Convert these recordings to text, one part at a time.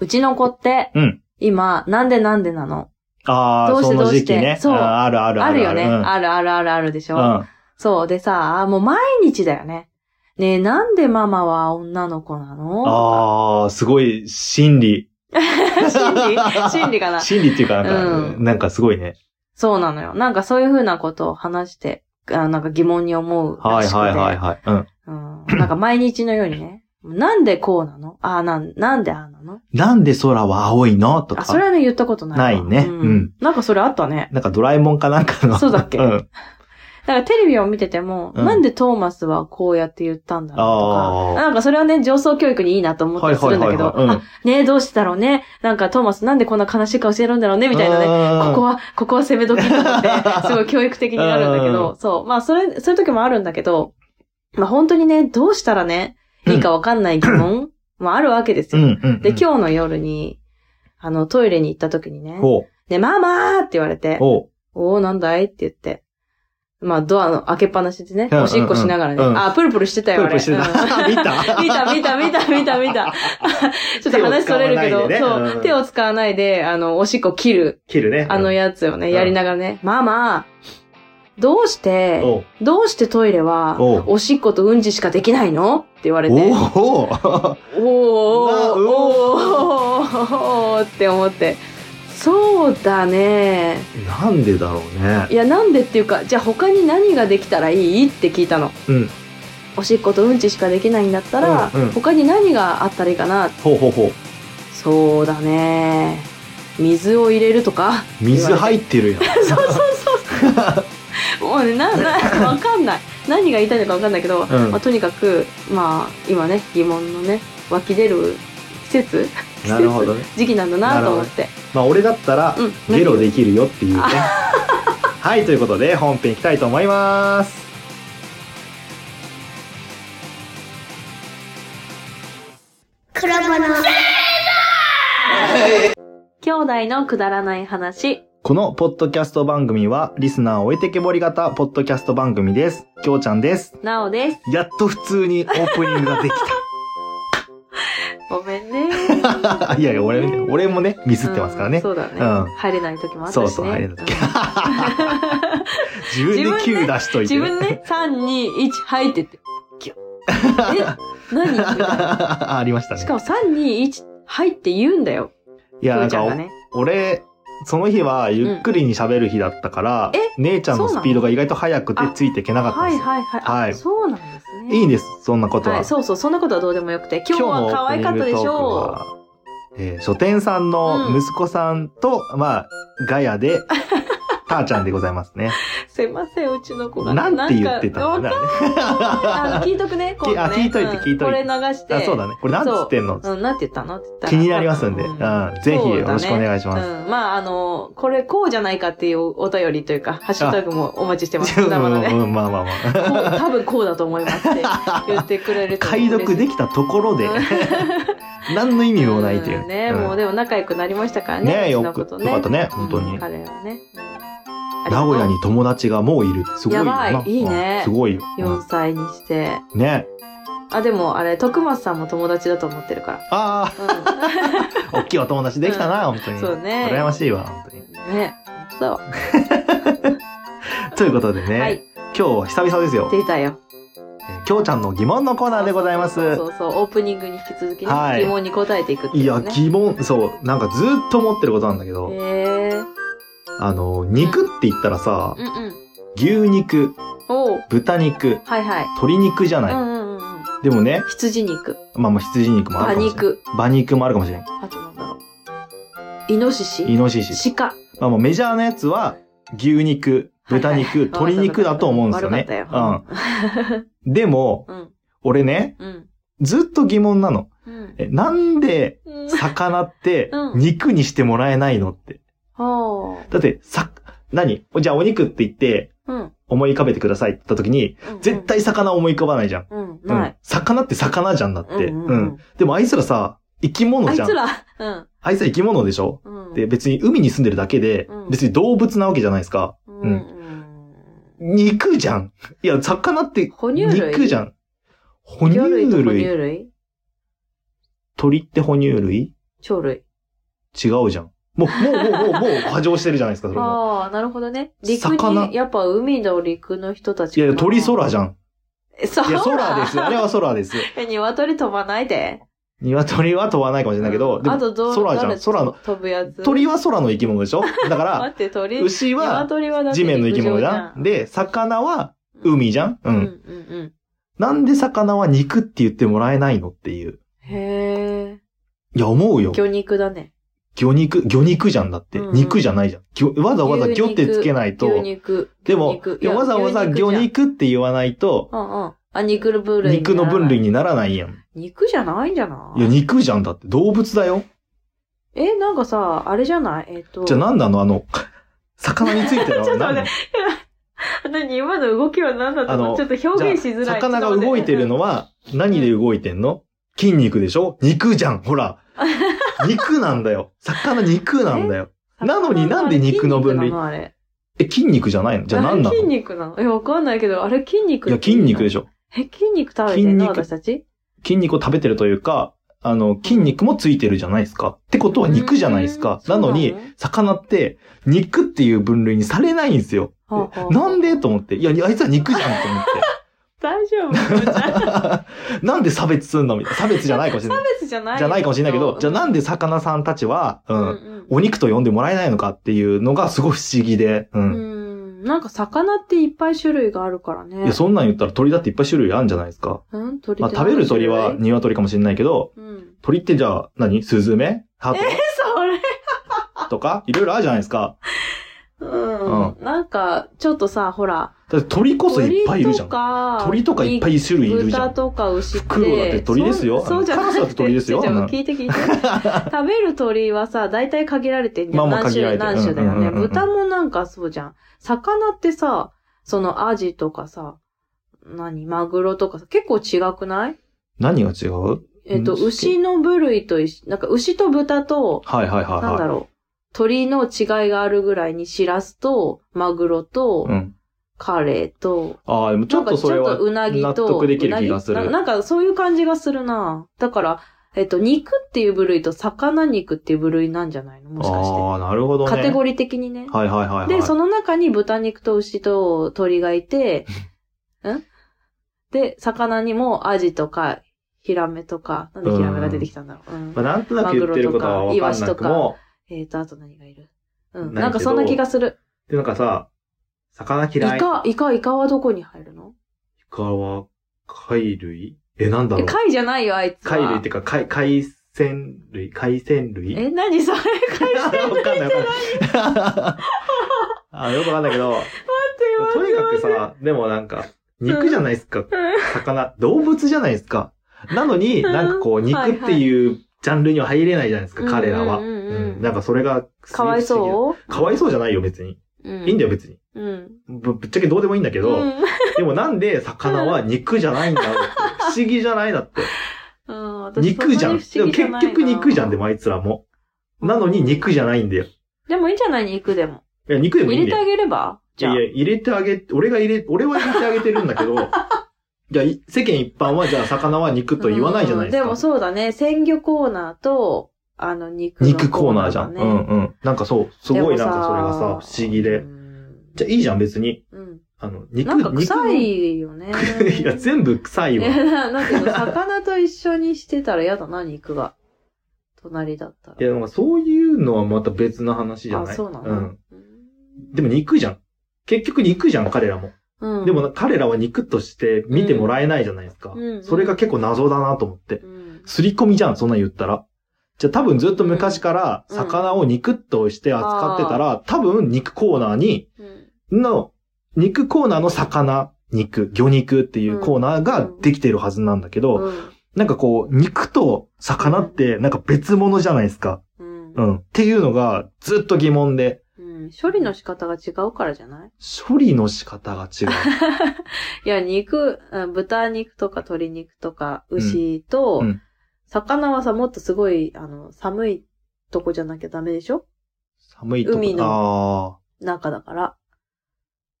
うちの子って、うん今、なんでなんでなのあどあ、うしそてのどうし時て期ね。そうあーあるあるああるるよね。あるあるあるあるでしうょ、ん。うんそう。でさ、もう毎日だよね。ねえ、なんでママは女の子なのとああ、すごい、心理。か 心理心理かな心理っていうか、なんか、うんなんかすごいね。そうなのよ。なんかそういうふうなことを話して、あなんか疑問に思うはらいしくて。はいはいはい。うん。うん。なんか毎日のようにね。なんでこうなのああ、なん、なんでああなのなんで空は青いのとあ、それか。はね、言ったことないわ。ないねうん。うんなんかそれあったね。なんかドラえもんかなんかの。そうだっけうん。だからテレビを見てても、うんなんでトーマスはこうやって言ったんだろうとか、あなんかそれはね、上層教育にいいなと思ったりするんだけど、はいはいはいはいあねえ、どうしてだろうね、なんかトーマスなんでこんな悲しい顔してるんだろう ね、みたいなね、ねここは、ここは攻め時と思 って、すごい教育的になるんだけど、そう、まあそれ、そういう時もあるんだけど、まあ本当にね、どうしたらね、いいかわかんない疑問 もあるわけですうんよ。うんうん。で、今日の夜に、あの、トイレに行った時にね、ほね、ママーって言われてう、、ほおおなんだいって言って。まあ、ドアの開けっぱなしでね、うんおしっこしながらね。うんうんあ、プルプルしてたう。よ、あプルれ。プルしてた。うん 見た見た、見た、見た、見た、見た。ちょっと話それるけど、手を使わそうないでねう、ん手を使わないで、あの、おしっこ切る、切るね。あのややつをね、うんやりながらね、ママ、どうして、おうどうしてトイレは、おうおしっことうんちしかできないのって言われて、おーおおーなーうおーおーって思って、そうだね なんでだろうねい。やなんでっていうかじゃあ他に何ができたらいいって聞いたのうん。おしっことうんちしかできないんだったら、うんうん他に何があったらいいかなほうほうほう。そうだね水を入れると か水入っ てるやん。そうそうそうもうねななわかんない何が言いたいのかわかんないけど、んまあ、とにかくまあ今ね疑問のね湧き出る季節季節なるほどね。時期なんだなと思って、まあ俺だったらうん、ゲロできるよっていうね。 はい、ということで本編いきたいと思います。黒子の兄弟のくだらない話このポッドキャスト番組は、リスナー置いてけぼり型ポッドキャスト番組です。きょうちゃんです。なおですやっと普通にオープニングができごめんねた。 いやいや、俺、俺もね、ミスってますからうねん。そうだね、うん入れない時もあったし、そね、うそう、入れた時。 自分で分で9出しと うんいて。自分ね321入ってってキュッえ何みたいな ありましたね。しかも321入って言うんだよいや、ふーなんちゃんかが、ね俺、その日はゆっくりに喋る日だったから、姉ちゃんのスピードが意外と速くてそうなのついていけなかったはんでいすよ。はいはい、あはいそうなんですねいいんです、そんなことはは。い、そうそうそんなことはどうでもよくて今日は可愛かったでしょう。えー書店さんの息子さんと、まあ、ガヤ で、ターちゃんでございますね。うすいませんうちの子がなんて言ってたなんだかね。あの聞いとくね今度ねあ聞いといてうん聞いといてこれ流して あ、そうだね。これなんつってんのうん、なんて言ったのって言ったら気になりますんで、ううんぜひよろしくお願いします。うん。まあ、あの、これこうじゃないかっていうお便りというか、ハッシュタグもお待ちしてます。 うん生のね。こうんまあまあまう多分こうだと思いますって 言ってくれあ。ると解嬉しい。読できたところ でうん、何の意味もないという。んね、うんもうでも仲良くなりましたからね。ねうちよのく、こよとかったね、本当うんに。彼はね。うん名古屋。に友達がもういる。すごいよな。やばいいいねうんすごいよ。ありがとう4歳にして。うんね。あ、でもあれ、徳松さんも友達だと思ってるから。ああ、おっきいお友達できたな、本当うん、に。そうね。羨ましいわ、本当に。 ね。そう。ということでね、はい。今日は久々ですよ。出たよ。えーきょうちゃんの疑問のコーナーでございます。そうそうそう、オープニングに引き続きね、はい疑問に答えていくっていいうや、ね。疑問、そう、なんかずっと思ってることなんだけど、へえ。あの、肉って言ったらさう、んうん。牛肉、おう豚肉、はいはい。鶏肉じゃない。うんうんうんうん。でもね、羊肉、まあまあ羊肉も馬あるかもしれない。肉、馬肉もあるかもしれない。あとなんだろう。イノシイシ、ノシシ。鹿。まあもうメジャーなやつは、牛肉、豚肉、はいはい鶏肉だと思うんですよね。悪かうん。でも、うん俺ね、うんずっと疑問なの。うん。え、なんで、うん。魚って う、ん肉にしてもらえないのって。おーだって、さ、何じゃあお肉って言って、うん。思い浮かべてくださいって言った時に、うん絶。対魚思い浮かばないじゃん。うん。うんない。魚って魚じゃんだって。うんうんうんでもあいつらさ、生き物あいじゃん。つら、うんあいつら生き物でしょうん。で、別に海に住んでるだけで、うん別に動物なわけじゃないですか。うん肉じゃん。いや、魚って、哺乳類肉じゃん。哺哺乳乳類と哺乳類。類鳥って哺乳類鳥類。違うじゃん。もう、もう、もう、もう、もう、過剰してるじゃないですか、それも。ああ、なるほどね。陸魚に、やっぱ海の陸の人たちいかな。や、鳥空じゃん。えそう。いや、空です。あれは空です。え、鶏飛ばないで。鶏は飛ばないかもしれないけど、うんであも、とどう、空じゃん誰空の飛ぶやつ。鳥は空の生き物でしょだ待 から、って、鳥。牛は鶏はだって地面の生き物じ陸上ゃん。で、魚は海じゃんう。うんんうんうん。なんで魚は肉って言ってもらえないのっていう。へえ。いや、思うよ。魚肉だね。魚肉、魚肉じゃんだって。うんうん肉じゃないじゃん。魚わざわざ魚ってつけないと。牛肉。で牛も肉、でもわざわざ魚。いやじ肉って言わないと、ゃんうんうん。あ、肉の分類。肉の分類。にならないやん。肉じゃないんじゃないや、肉じゃんだって。動物だよ。え、なんかさ、あれじゃないえっと。じゃあ何なのあの、魚について るちょっと待って何なの 何今の動きは何だったあののちょっと表現しづじらゃあい。魚が動いてるの。のは、何で動いてんの筋肉でしょ肉じゃんほら肉なんだよ魚肉なんだよなのになんで肉の分類魚のあれえ、筋肉じゃないのじゃあ何なあれ筋のい肉なのえ、わかんないけど、あれ筋肉や、筋肉でししょょ。え、筋肉食べてんの筋肉私たち筋肉を食べてるというか、あの、筋肉もついてるじゃないですか。ってことは肉じゃないですか。うーなんのそにうなの、魚って、肉っていう分類にされないんですよ。はあはあはあなんでと思って。いや、あいつは肉じゃんと思っ大丈夫じゃあ て。なんで差別すんのみたいな。差別じゃないかもしれない。差別じゃない。じゃないかもしれないけど、じゃあなんで、で魚さんたちは、う、うんんお肉と呼んでもらえないのかっていうのがすごい不思議で、う。うんん。なんか魚っていっぱい種類があるからね。いや、そんなん言ったら鳥だっていっぱい種類あるんじゃないですか。うん鳥まっあて食べる鳥は何種類鶏かもしれないけど、うん。鳥ってじゃあ何スズメハえ、それトとかいろいろあるじゃないですか。うん。なんか、ちょっとさ、ほら。だって鳥こそいっぱいいるじゃん。鳥とか鳥とかいっぱい種類いるじゃ豚ん。とか牛って。フクロウだって鳥ですよそうそうじゃなくて。カラスだって鳥ですよちょちょあんなの聞いて聞いて。食べる鳥はさ、大体限られてんじゃん。まあまあ何種類限ら何れて種るだようんうんね。うんうん豚もなんかそうじゃん。魚ってさ、そのアジとかさ、何マグロとかさ、結構違くない何が違うえっと、うん牛の部類と一緒、なんか牛と豚と、はいはいはいはい。なんだろう。鳥の違いがあるぐらいに、シラスと、マグロとう、ん。カレーと、ああ、でもちょっとそれなんはかちょっとうなぎと納得できる気がすうなぎる。ななんかそういう感じがするなだから、えっと、肉っていう部類と魚肉っていう部類なんじゃないのもしかして。ああ、なるほどね。カテゴリー的にね。はいはいはいはい。で、その中に豚肉と牛と鳥がいて、んで、魚にもアジとか、ヒラメとか、なんでヒラメが出てきたんだろう。うんまあ、なんとなく言ってることはわかんなくマグロも、えっと、あと何がいるうん。ないけどなんかそんな気がする。で、なんかさ、魚イ嫌い。カ、イカ、イカはどこに入るのイカは貝類え、なんだろえ、う。貝じゃないよ、あいつは。貝類ってか、貝、海鮮類海鮮類え、何それ貝 わかんないわかんない。 あ、よくわかんないけど、とにかくさ、でもなんか、肉じゃないですか、魚、動物じゃないですか。なのに、うんなんかこう、肉はいはいっていうジャンルには入れないじゃないですか、彼らは。うんううんうんうんんなんかそれが、かわいそううかわいそうじゃないよ、別に。うんいいんだよ、別に。うん。ぶぶっちゃけどうでもいいんだけど、うんでもなんで魚は肉じゃないんだろう って。不思議じゃないだって。うん私肉じゃん。そでなもに不結思議局肉じゃん、ででも。もあいつらも。なのに肉じゃないんだよ。でもいいんじゃない肉でも。いや、肉でもいい入んれだてあよ。げればいじゃやあい。や、入れてあげ、俺が入れ、俺は入れてあげてるんだ けど、じゃあ、い世間一般はじゃあ魚は肉と言わないじゃないですうんか。でもそうだね。鮮魚コーナーと、あの、肉の肉コーナーじゃん。コだうねんうん。なんかそう、すごいでなんもかそれがさ、不思議でう。んじゃあいいじゃん、別に。うん。あの、肉、なんか臭肉いよね。の。 いや、全部臭いいわ。や、なだけど、魚と一緒にしてたら嫌だな、肉が。隣だったら。いや、なんかそういうのはまた別の話じゃないあ、そうなの、ん。でも肉じゃん。結局肉じゃん、彼らも。うん。でもな彼らは肉として見てもらえないじゃないですか。うんうんそれが結構謎だなと思って。うん、すり込みじゃん、そんなん言ったら。じゃあ多分ずっと昔からうん魚を肉として扱ってたら、多分肉コーナーに、うんの、肉コーナーの魚、肉、魚肉っていうコーナーができてるはずなんだけど、うんなんかこう、肉と魚ってなんか別物じゃないですか。うんうん。っていうのがずっと疑問で、うん、処理の仕方が違うからじゃない処理の仕方が 違う。いや、肉、うん豚肉とか鶏肉とか牛と、うんうん魚はさ、もっとすごい、あの、寒いとこじゃなきゃダメでしょ寒いとこ海のあー中だから。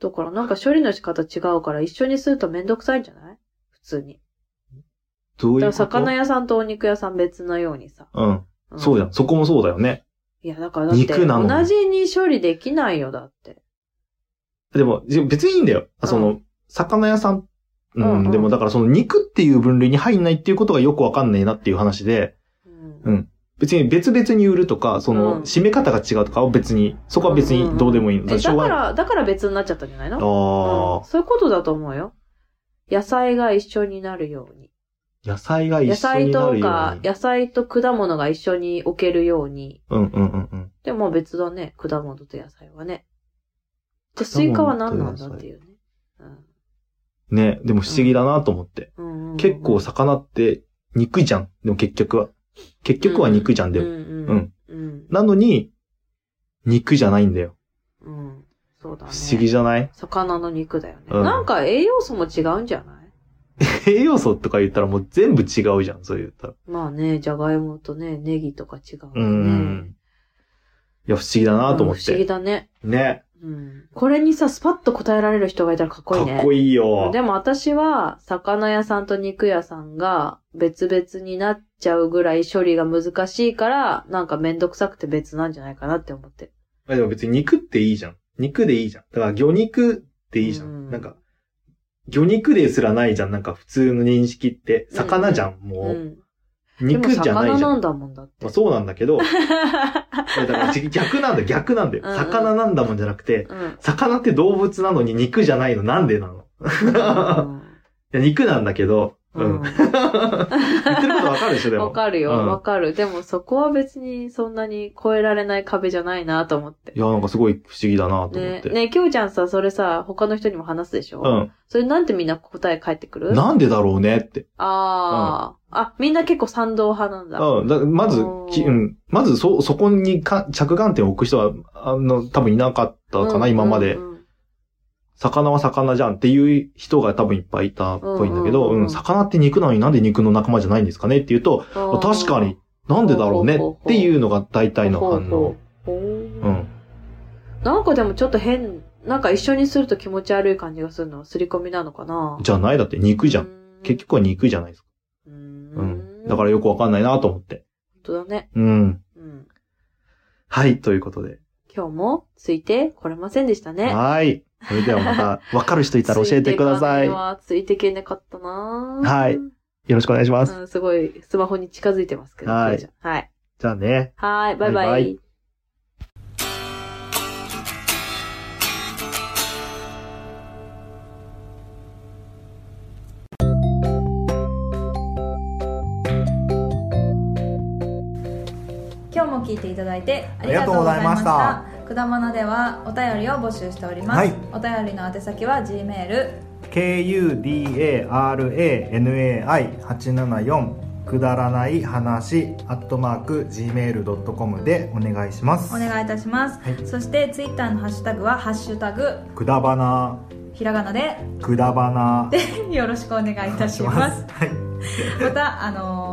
だからなんか処理の仕方違うから一緒にするとめんどくさいんじゃない普通に。どうだかいうらこと魚屋さんとお肉屋さん別のようにさ。うん。うんそうじゃん。そこもそうだよね。いや、だからだって、肉なのに同じに処理できないよ、だって。でも、じ別にいいんだよ。あその、う魚屋さん。うん、うんうんでもだからその肉っていう分類に入んないっていうことがよくわかんないなっていう話で、うんうん別に別々に売るとか、その、うん締め方が違うとかは別に、そこは別にどうでもいいの。えしょだうかがない。あら、だから別になっちゃったんじゃないのあ、うんそういうことだと思うよ。野菜が一緒になるように。野菜が一野緒に菜なるとよかう、に。野菜と果物が一緒に置けるように。うんうんうんうん。でも別だね、果物と野菜はね。じゃあスイカは何なんだっていうね。ね、でも不思議だなと思って。うんうんうんうん結構魚って肉じゃん。でも結局は。結局は肉じゃんだよ。うんううんん。うん。なのに、肉じゃないんだよ。うん。そうだね。不思議じゃない、魚の肉だよね。うんなんか栄養素も違うんじゃない栄養素とか言ったらもう全部違うじゃん、そう言ったら。まあね、じゃがいもとね、ネギとか違うもうんね。ん。いや、不思議だなと思っうん不思議て。だね。ね。うん。これにさ、スパッと答えられる人がいたらかっこいかいね。っこいいよ。でも私は、魚屋さんと肉屋さんが別々になっちゃうぐらい処理が難しいから、なんかめんどくさくて別なんじゃないかなって思ってる。まあでも別に肉っていいじゃん。肉でいいじゃん。だから魚肉っていいじゃん。うんなんか、魚肉ですらないじゃん。なんか普通の認識って。うん魚じゃん、もうう。ん。でも肉じゃない魚じゃ。なんんだもんだってまあ、。そうなんだけど、いやだからち 逆なんだ、逆なんだようん。うん魚なんだもんじゃなくて、 うん。魚って動物なのに肉じゃないのなんでなのいや肉なんだけど、ううんん。。 言ってることわかるでしょ、でも。わかるよ、うんわかる。でもそこは別にそんなに超えられない壁じゃないなと思ってい。や、なんかすごい不思議だなと思っねて。ねきょうちゃんさ、それさ、他の人にも話すでしょうそれなんてみんな答え返ってくるん。なんでだろうねって。ああ、あ、みんな結構賛同派なんだ。うん。だまずお、ーきうん。まず、そ、そこにか着眼点を置く人は、あの、多分いなかったかな、今までうん。うん魚は魚じゃんっていう人が多分いっぱいいたっぽいんだけうんど、うんうんうん。魚って肉なのになんで肉の仲間じゃないんですかねって言うと、うん確かに、なんでだろうねほうほうほうっていうのが大体のほう反応ほ。うほううん。なんかでもちょっと変、なんか一緒にすると気持ち悪い感じがするのは刷り込みなのかなじゃないだって肉じゃん。ん結局は肉じゃないですか。う。うんん。だからよくわかんないなと思って。本当だね。うん。うん。はい、ということで。今日もついてこれませんでしたね。はい。それではまた、わかる人いたら教えてください。よついてけなかったなぁはいろしくお願いします。うん、すごい、スマホに近づいてますけど。はいきょうちゃんはい。じゃあね。はい、バイバイ。バイバイ今日も聞いていただいてあありりががととううごござざいいままししたたくだまなではお便りを募集しております、はいお便りの宛先は G メール kudaranai874 くだらない話アットマーク gmail.com でお願いしますお願いいたします、はいそしてツイッターのハッシュタグは「ハッシュタグくだばなひらがなでくだばな」よろしくお願いいたしますはいまたあのー